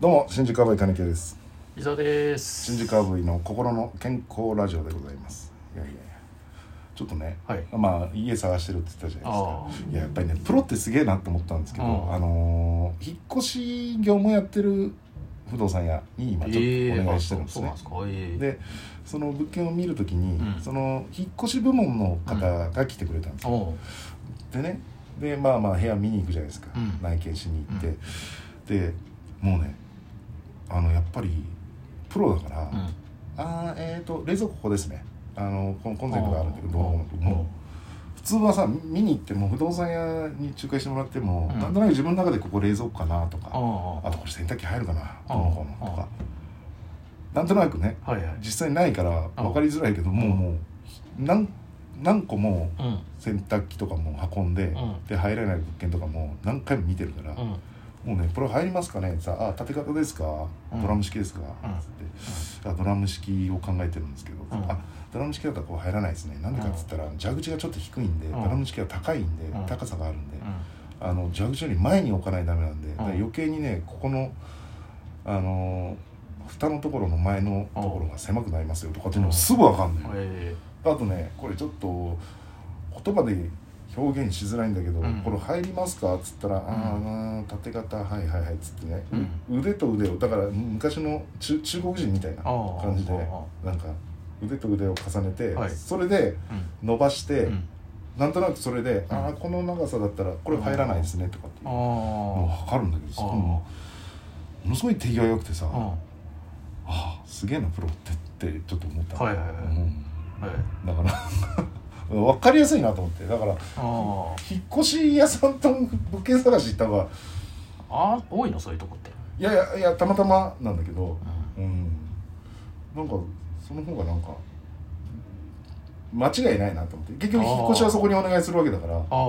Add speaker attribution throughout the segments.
Speaker 1: どうも新宿アボイ金城です
Speaker 2: 伊沢です
Speaker 1: 新宿アボイの心の健康ラジオでございますいやいやいやちょっとね、
Speaker 2: はい
Speaker 1: まあ家探してるって言ったじゃない
Speaker 2: あ
Speaker 1: ですかいややっぱりねプロってすげえなって思ったんですけど、
Speaker 2: うん
Speaker 1: あのー引っ越し業務やってる不動産屋に今ちょっとお願いしてるんですね、
Speaker 2: えーあそうそうなんですか、えー、
Speaker 1: でその物件を見るときに、
Speaker 2: うん
Speaker 1: その引っ越し部門の方が来てくれたんですよ、
Speaker 2: おう
Speaker 1: でねでまあまあ部屋見に行くじゃないですか、
Speaker 2: うん
Speaker 1: 内見しに行って、でもうねあのやっぱりプロだから、
Speaker 2: うん
Speaker 1: あーえっ、と冷蔵庫ここですねあのコンコンセントがあるんだけど
Speaker 2: おうおう
Speaker 1: もう普通はさ見に行っても不動産屋に仲介してもらっても、
Speaker 2: うん
Speaker 1: なんとなく自分の中でここ冷蔵庫かなとか、
Speaker 2: あ
Speaker 1: あとこれ洗濯機入るかなどうのこうのとか、なんとなくね
Speaker 2: あはいはい
Speaker 1: 実際ないから分かりづらいけど、もうもう何何個も
Speaker 2: うん
Speaker 1: 洗濯機とかも運んで、
Speaker 2: うん
Speaker 1: で入れない物件とかも何回も見てるから、
Speaker 2: うん
Speaker 1: もうね「これ入りますかね?」ってさあ縦型ですか、
Speaker 2: うん
Speaker 1: ドラム式ですか?」
Speaker 2: ん
Speaker 1: つって、あドラム式を考えてるんですけど」
Speaker 2: うん
Speaker 1: あドラム式だったらこう入らないですねなんでかっつったら、蛇口がちょっと低いんで、
Speaker 2: うん
Speaker 1: ドラム式は高いんで、
Speaker 2: うん
Speaker 1: 高さがあるんで、
Speaker 2: うん
Speaker 1: あの蛇口より前に置かないとダメなんで、だから余計にねここのあのー蓋のところの前のところが狭くなりますよとかっていうのすぐ分かんない、
Speaker 2: え
Speaker 1: あとねこれちょっと言葉で表現しづらいんだけど「
Speaker 2: うん
Speaker 1: これ入りますか?」っつったら「ああ縦型はいはいはい」っつってね、腕と腕をだから昔の中中国人みたいな
Speaker 2: ああ
Speaker 1: 感じで
Speaker 2: あ
Speaker 1: なんか腕と腕を重ねて、
Speaker 2: はい
Speaker 1: それで
Speaker 2: ーうん
Speaker 1: 伸ばして、
Speaker 2: うん
Speaker 1: なんとなくそれで「
Speaker 2: うん
Speaker 1: ああこの長さだったらこれ入らないですね」とかっていうのを
Speaker 2: あ
Speaker 1: 測るんだけどそ
Speaker 2: あ
Speaker 1: こもものすごい手際よくてさ
Speaker 2: あうんは
Speaker 1: ああすげえなプロってってちょっと思っ
Speaker 2: い
Speaker 1: た、
Speaker 2: はいはい
Speaker 1: うん
Speaker 2: はい
Speaker 1: だから 分かりやすいなと思ってだから
Speaker 2: あ
Speaker 1: 引っ越し屋さんと物件探し行った方が
Speaker 2: ああー多いのそういうとこって
Speaker 1: いやいやいやたまたまなんだけど
Speaker 2: うん
Speaker 1: うんなんかその方がなんか間違いないなと思って結局引っ越しはそこにお願いするわけだから
Speaker 2: ああ、
Speaker 1: う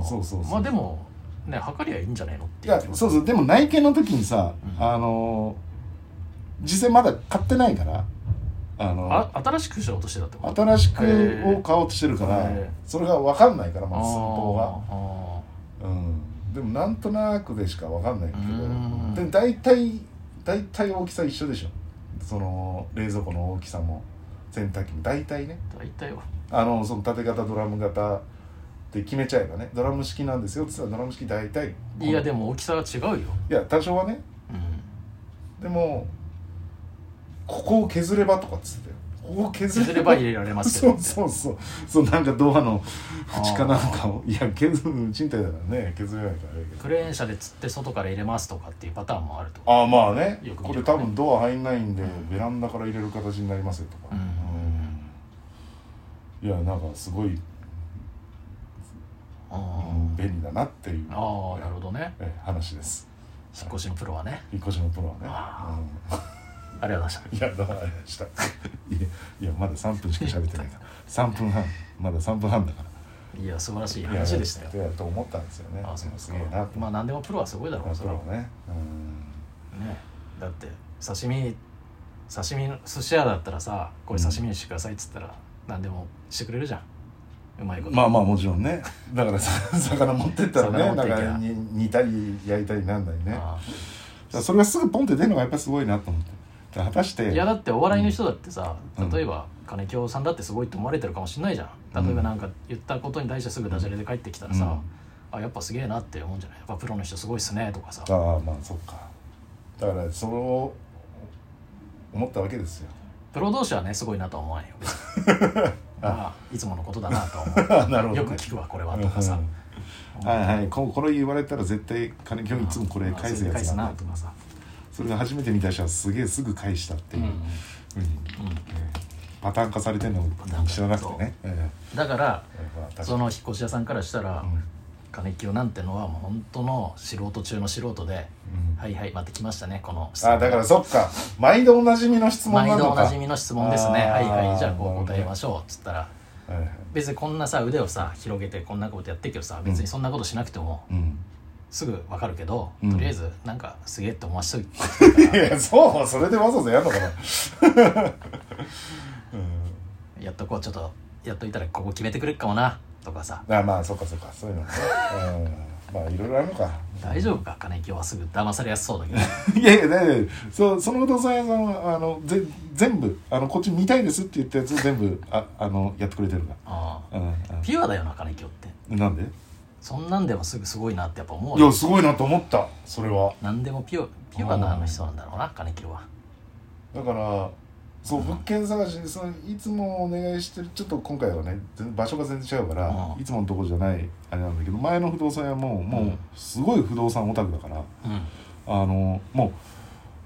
Speaker 1: んそうそうそう
Speaker 2: まあでもね測りゃいいんじゃないのって
Speaker 1: い
Speaker 2: いう
Speaker 1: やそうそうでも内見の時にさ、
Speaker 2: うん
Speaker 1: あの実際まだ買ってないからあの
Speaker 2: あ新しくしようとしてたってこと
Speaker 1: 新しく
Speaker 2: へえ
Speaker 1: を買おうとしてるから、
Speaker 2: へえ
Speaker 1: それが分かんないからまず寸法が。
Speaker 2: あ
Speaker 1: うん、でもなんとなくでしかわかんないけ
Speaker 2: うん
Speaker 1: どで大体大体大きさ一緒でしょその冷蔵庫の大きさも洗濯機も大体ね
Speaker 2: あー大体は
Speaker 1: あのその縦型ドラム型って決めちゃえばねドラム式なんですよって言ったらドラム式大体
Speaker 2: いやで
Speaker 1: も
Speaker 2: も大きさは違うよ
Speaker 1: いや多少はね
Speaker 2: うん
Speaker 1: でもここを削ればとかっつってたよここを削れば
Speaker 2: 削れば入れられますけ
Speaker 1: そう そ
Speaker 2: ど
Speaker 1: うそうそうなんかドアの縁かなんかをいや削る賃貸だからね削れないからあれだけど
Speaker 2: クレーン車で釣って外から入れますとかっていうパターンもあると
Speaker 1: ああまあね
Speaker 2: よく
Speaker 1: こ
Speaker 2: 見
Speaker 1: れ
Speaker 2: る
Speaker 1: 多分ドア入んないんで、
Speaker 2: うん
Speaker 1: ベランダから入れる形になりますよとか、
Speaker 2: うん
Speaker 1: うんいやなんかすごい、うん
Speaker 2: あ
Speaker 1: 便利だなっていう
Speaker 2: あーなるほどね
Speaker 1: え話です
Speaker 2: 引っ越しのプロはね
Speaker 1: 引っ越しのプロは
Speaker 2: あ
Speaker 1: ね、
Speaker 2: ありがとうございま
Speaker 1: うん、いや どうもあれでしたいやいやまだ3分しか喋ってない から3分半まだ3分半だから
Speaker 2: したいや素晴らしい
Speaker 1: いや
Speaker 2: 話でしたよ
Speaker 1: いやと思ったんですよね
Speaker 2: ああそうです
Speaker 1: げえな
Speaker 2: か
Speaker 1: と思
Speaker 2: まあ
Speaker 1: っ
Speaker 2: 何でもプロはすごいだ
Speaker 1: た
Speaker 2: ろうそ
Speaker 1: プ
Speaker 2: れ
Speaker 1: ロ
Speaker 2: は
Speaker 1: はねうん
Speaker 2: ねだって刺身刺身の寿司屋だったらさこれ刺身にしてくださいっつったら何でもしてくれるじゃんうまいこと
Speaker 1: まあまあもちろんねだから さ魚持ってったらね
Speaker 2: 魚持
Speaker 1: な
Speaker 2: って
Speaker 1: ん
Speaker 2: いけば
Speaker 1: かに煮たり焼いたりなんだりね
Speaker 2: あ
Speaker 1: だからそれがすぐポンって出るのがやっぱりすごいなと思ってだから果たし
Speaker 2: あ
Speaker 1: て
Speaker 2: いやだってお笑いの人だってさ
Speaker 1: うん
Speaker 2: 例えば金京さんだってすごいって思われてるかもしれないじゃん例えばなんか言ったことに対してすぐダジャレで帰ってきたらさ、あやっぱすげえなって思うんじゃないやっぱプロの人すごいっすねとかさ
Speaker 1: うんああまあそっかだからそれを思ったわけ ですよ
Speaker 2: プロ同士はねすごいなとは思 わんよああいつものことだなとは
Speaker 1: なる
Speaker 2: 思うよく聞くわこれはとかさ
Speaker 1: うんはいはいここれ言われたら絶対金今日いつもこれ返すや
Speaker 2: 返
Speaker 1: つ
Speaker 2: す
Speaker 1: だな
Speaker 2: なとかさ
Speaker 1: それが初めて見た人はすげえすぐ返したっていう、
Speaker 2: うん
Speaker 1: ふうにえーパターン化されてるのを知らなくてね、え
Speaker 2: だから
Speaker 1: えまあ確かに
Speaker 2: その引っ越し屋さんからしたら
Speaker 1: うん
Speaker 2: 金清なんてのはもう本当の素人中の素人で
Speaker 1: うん
Speaker 2: はいはいまた来ましたねこの質問
Speaker 1: あだからそっか毎度おなじみの質問な
Speaker 2: 毎
Speaker 1: の
Speaker 2: 度
Speaker 1: か
Speaker 2: おなじみの質問ですね
Speaker 1: あ
Speaker 2: は
Speaker 1: ー
Speaker 2: いはいじゃあこう
Speaker 1: な
Speaker 2: 答え
Speaker 1: るほど
Speaker 2: ましょうっつったら
Speaker 1: はいはい
Speaker 2: 別にこんなさ腕をさ広げてこんなことやってるけどさ別にそんなことしなくても、
Speaker 1: うん
Speaker 2: すぐわかるけど、
Speaker 1: うん
Speaker 2: とりあえずなんかすげえって思わしといて
Speaker 1: いやそうそれでわざわざやるのかな
Speaker 2: やっとこうちょっとやっといたらここ決めてくれるかもなとかさ
Speaker 1: うんあまあそっかそっかそういうのもね、まあいろいろあるのか
Speaker 2: 大丈夫か金木はすぐ騙されやすそうだけ ど
Speaker 1: いやいやだいやそその不動産屋さんはあのぜ全部あのこっち見たいですって言ったやつ全部ああのやってくれてるか
Speaker 2: ああ
Speaker 1: ら、うん
Speaker 2: ピュアだよな金木って
Speaker 1: うん、なんで
Speaker 2: そんなんでもすぐすごいなってやっぱ思う
Speaker 1: い
Speaker 2: よ
Speaker 1: やすごいなと思ったそれは
Speaker 2: なんでもピュアピュアなあの人なんだろうな金木は
Speaker 1: だからそう物件探しにそのいつもお願いしてるちょっと今回はね全然場所が全然違うから、
Speaker 2: うん
Speaker 1: いつものとこじゃないあれなんだけど前の不動産屋もも
Speaker 2: う
Speaker 1: うんすごい不動産オタクだから
Speaker 2: うん
Speaker 1: あのもう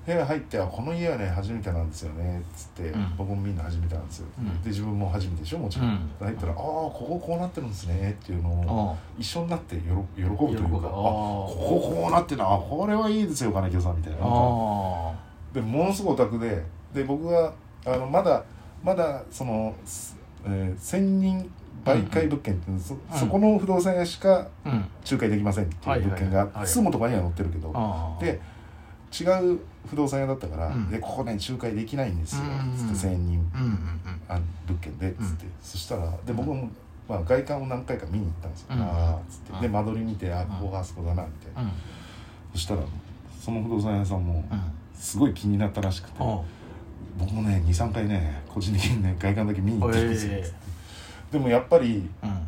Speaker 1: 部屋入って「あこの家はね初めてなんですよね」っつって、
Speaker 2: うん
Speaker 1: 僕もみんな初めてなんですよ、
Speaker 2: うん
Speaker 1: で自分も初めてでしょもちろん、
Speaker 2: うん
Speaker 1: 入ったら「ああこここうなってるんですね」っていうのを
Speaker 2: おう
Speaker 1: 一緒になってよろ喜ぶというか
Speaker 2: 喜ぶ
Speaker 1: あ
Speaker 2: あー
Speaker 1: こここうなってるなあこれはいいですよ金木さんみたいななんか
Speaker 2: おう
Speaker 1: でものすごいオタクでで僕があのまだまだその、すえー、1000人媒介物件っていうのそ,、
Speaker 2: うん
Speaker 1: そこの不動産屋しか
Speaker 2: うん
Speaker 1: 仲介できませんって
Speaker 2: はいいうはい
Speaker 1: 物件が
Speaker 2: はい
Speaker 1: 住むとかには載ってるけど、
Speaker 2: ああ
Speaker 1: で違う不動産屋だったから、
Speaker 2: うん
Speaker 1: でここね仲介できないんですよ、
Speaker 2: うんうん
Speaker 1: つって1000人
Speaker 2: うんうんうん
Speaker 1: あ物件でつって、そしたらで僕も、まあ、外観を何回か見に行ったんですよ、
Speaker 2: うん
Speaker 1: ああつってで
Speaker 2: うん
Speaker 1: 間取り見てあ
Speaker 2: ん
Speaker 1: ここがあそこだなみたいな、
Speaker 2: うん
Speaker 1: そしたらその不動産屋さんも
Speaker 2: うん
Speaker 1: すごい気になったらしくて、
Speaker 2: おう
Speaker 1: 僕もね23回ね個人的にね外観だけ見に行ってるんですよ、
Speaker 2: え
Speaker 1: でもやっぱり
Speaker 2: えうん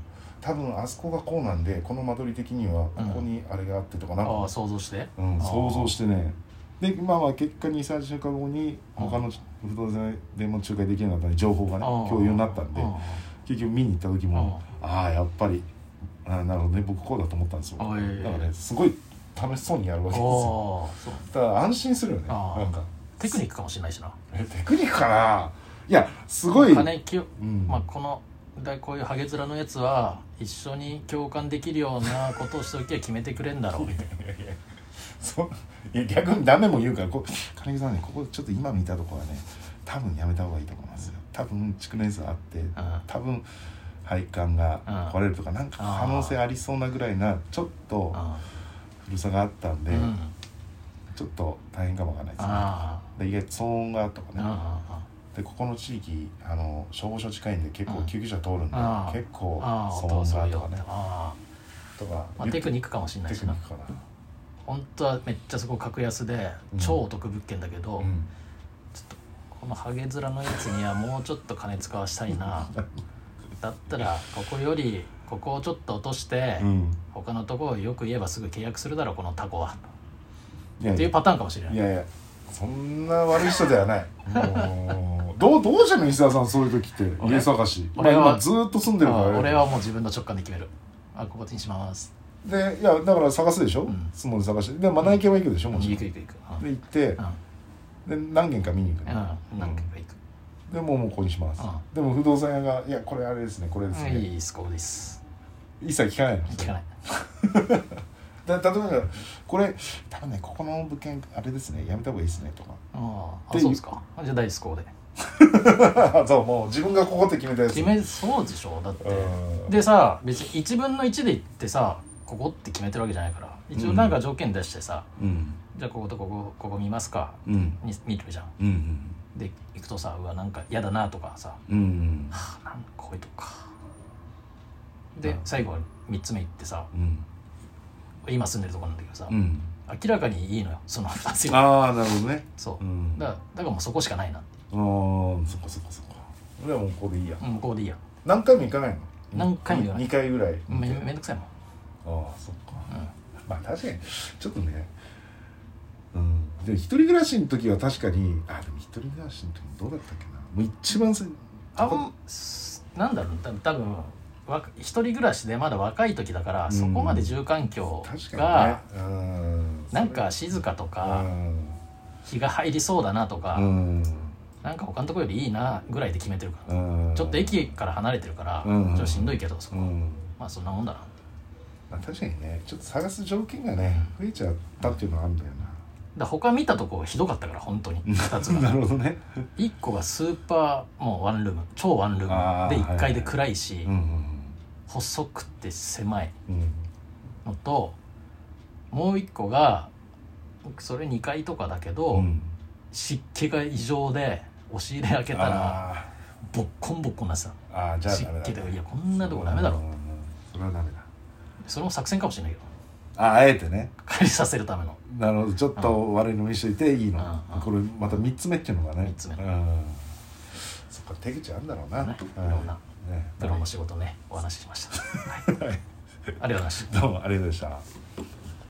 Speaker 1: 多分あそこがこうなんでこの間取り的にはここにあれがあってとかなんか、
Speaker 2: ああ想像して
Speaker 1: うん
Speaker 2: あー
Speaker 1: 想像してねでまあまあ結果23週間後に他の不動産でも仲介できるようになったんで情報がね
Speaker 2: ああ
Speaker 1: 共有になったんで
Speaker 2: あ
Speaker 1: 結局見に行った時もああやっぱりあーなるほどね僕こうだと思ったんですよだ
Speaker 2: あ
Speaker 1: か
Speaker 2: あ
Speaker 1: ら
Speaker 2: ええ
Speaker 1: ねすごい楽し そうにやるわ
Speaker 2: あ
Speaker 1: けですよ
Speaker 2: そう
Speaker 1: だから安心するよね
Speaker 2: ああ
Speaker 1: なんか
Speaker 2: テクニックかもしれないしな
Speaker 1: えテクニックかないやすごい
Speaker 2: 金木を
Speaker 1: うん
Speaker 2: まあ、このだこういうハゲ面のやつは一緒に共感できるようなことをしておきゃ決めてくれん だろうみたいな
Speaker 1: そういや逆にダメも言うからこ金木さんねここちょっと今見たとこはね多分やめた方がいいと思いますよ多分築年数あって、多分配管が壊れるとか、なんか可能性ありそうなぐらいなちょっと
Speaker 2: あ
Speaker 1: 古さがあったんで、
Speaker 2: あうん
Speaker 1: ちょっと大変かもわかんないですね
Speaker 2: あ
Speaker 1: で意外と騒音がとか
Speaker 2: ああ
Speaker 1: ね、
Speaker 2: あ
Speaker 1: でここの地域あの消防署近いんで結構
Speaker 2: うん
Speaker 1: 救急車通るんで、
Speaker 2: ああ
Speaker 1: 結構
Speaker 2: ああ
Speaker 1: 騒
Speaker 2: 音をする
Speaker 1: 音がと
Speaker 2: よっ
Speaker 1: か
Speaker 2: て
Speaker 1: ね
Speaker 2: ああ
Speaker 1: とか、
Speaker 2: まあテクニックかもしれない
Speaker 1: テ
Speaker 2: し
Speaker 1: クニ
Speaker 2: な
Speaker 1: ックか
Speaker 2: 本当はめっちゃそこ格安で
Speaker 1: うん
Speaker 2: 超お得物件だけど、
Speaker 1: な、うん
Speaker 2: このハゲ面のやつにはもうちょっと金使わしたい なだったらここよりここをちょっと落として、
Speaker 1: うん
Speaker 2: 他のところをよく言えばすぐ契約するだろうこのタコは
Speaker 1: いや
Speaker 2: っ
Speaker 1: い
Speaker 2: て
Speaker 1: や
Speaker 2: いうパターンかもしれない
Speaker 1: いやいやそんな悪い人ではないもうどうどうしてんの石田さんそういう時って
Speaker 2: 俺
Speaker 1: 家探し、まあ、
Speaker 2: 俺は
Speaker 1: 今ずーっと住んでるからあれ
Speaker 2: 俺はもう自分の直感で決めるあここにします
Speaker 1: でいやだから探すでしょ、
Speaker 2: ん
Speaker 1: 相撲で探してでまな板は行くでしょもちろ
Speaker 2: 行
Speaker 1: ん
Speaker 2: く
Speaker 1: で
Speaker 2: 行く行くうん
Speaker 1: 行って
Speaker 2: うん
Speaker 1: で何軒か見に行く
Speaker 2: う
Speaker 1: ね、
Speaker 2: ん何回か行く
Speaker 1: でもうもうここにします、
Speaker 2: う
Speaker 1: でも不動産屋が「いやこれあれですねこれです
Speaker 2: は
Speaker 1: ね、
Speaker 2: いいいスコーです
Speaker 1: 一切聞かないの
Speaker 2: 聞かない
Speaker 1: で例えばこれ多分ねここの物件あれですねやめた方がいいですねとか
Speaker 2: あ
Speaker 1: で
Speaker 2: あそうですかあじゃあ大スコー で
Speaker 1: そうもう自分がここって決めたやつ
Speaker 2: 決めそうでしょだって
Speaker 1: うん
Speaker 2: でさ別に1分の1で行ってさここって決めてるわけじゃないから一応なんか条件出してさ、
Speaker 1: うん
Speaker 2: じゃあこことここここ見ますか
Speaker 1: うん
Speaker 2: に見るじゃん
Speaker 1: うん
Speaker 2: で行くとさうわなんか嫌だなとかさ
Speaker 1: うんうん
Speaker 2: あなんかこういうとこか
Speaker 1: う
Speaker 2: で
Speaker 1: ん
Speaker 2: 最後3つ目行ってさ
Speaker 1: うん
Speaker 2: 今住んでるとこなんだけどさ、
Speaker 1: うん
Speaker 2: 明らかにいいのよその2つが
Speaker 1: ああなるほどね
Speaker 2: そう、
Speaker 1: うん
Speaker 2: だ
Speaker 1: あ
Speaker 2: からだからもうそこしかないなって
Speaker 1: あーそっかそっかそっか俺はもうここでいいや
Speaker 2: うん向こうでいいや
Speaker 1: 何回も行かないの
Speaker 2: 何回も行かない
Speaker 1: 2回ぐらい
Speaker 2: めめんどくさいもん
Speaker 1: ああそっか、
Speaker 2: うん
Speaker 1: まあ確かにちょっとねうんでも一人暮らしの時は確かにあでも一人暮らしの時どうだったっけなもう一番最
Speaker 2: あんすなんだろう多分多分わ一人暮らしでまだ若い時だから、
Speaker 1: ん
Speaker 2: そこまで住環境
Speaker 1: 確
Speaker 2: が
Speaker 1: か、にねうん
Speaker 2: なんか静かと
Speaker 1: う
Speaker 2: か、
Speaker 1: ん
Speaker 2: 日が入りそうだなとか、
Speaker 1: うん
Speaker 2: なんか他のとこよりいいなぐらいで決めてるから、
Speaker 1: うん
Speaker 2: ちょっと駅から離れてるから、
Speaker 1: うん
Speaker 2: ちょっとしんどいけどそこ、
Speaker 1: うん
Speaker 2: まあそんなもんだな
Speaker 1: まあ確かにねちょっと探す条件がね増えちゃったっていうのはあるんだよ
Speaker 2: だ他見たとこひどかったから本当に2つ
Speaker 1: なな
Speaker 2: が
Speaker 1: るほどね
Speaker 2: 1個がスーパーもうワンルーム超ワンルー
Speaker 1: あー
Speaker 2: ムで
Speaker 1: はい
Speaker 2: 1階で暗いし、
Speaker 1: うん
Speaker 2: 細くて狭い
Speaker 1: うんうん
Speaker 2: のともう1個がそれ2階とかだけど、
Speaker 1: うん
Speaker 2: 湿気が異常で押し入れ開けたら
Speaker 1: あ
Speaker 2: ボッコンボッコンなって
Speaker 1: ーあーじ
Speaker 2: た
Speaker 1: ゃあ
Speaker 2: 湿
Speaker 1: ダメだ
Speaker 2: 気でいやこんなとこダメだろ
Speaker 1: うんそれはダメだ
Speaker 2: それも作戦かもしれないけど
Speaker 1: ああえてね
Speaker 2: 帰りさせるための
Speaker 1: なるほどちょっと悪いの見しといていいの
Speaker 2: うんうん
Speaker 1: これまた3つ目っていうのがね
Speaker 2: 三つ目
Speaker 1: うんそっか手口あるんだろうな
Speaker 2: ね
Speaker 1: うん
Speaker 2: いろんな
Speaker 1: ね
Speaker 2: プロの仕事ねお話ししました、はい、ありがとうございました
Speaker 1: どうもありがとうございました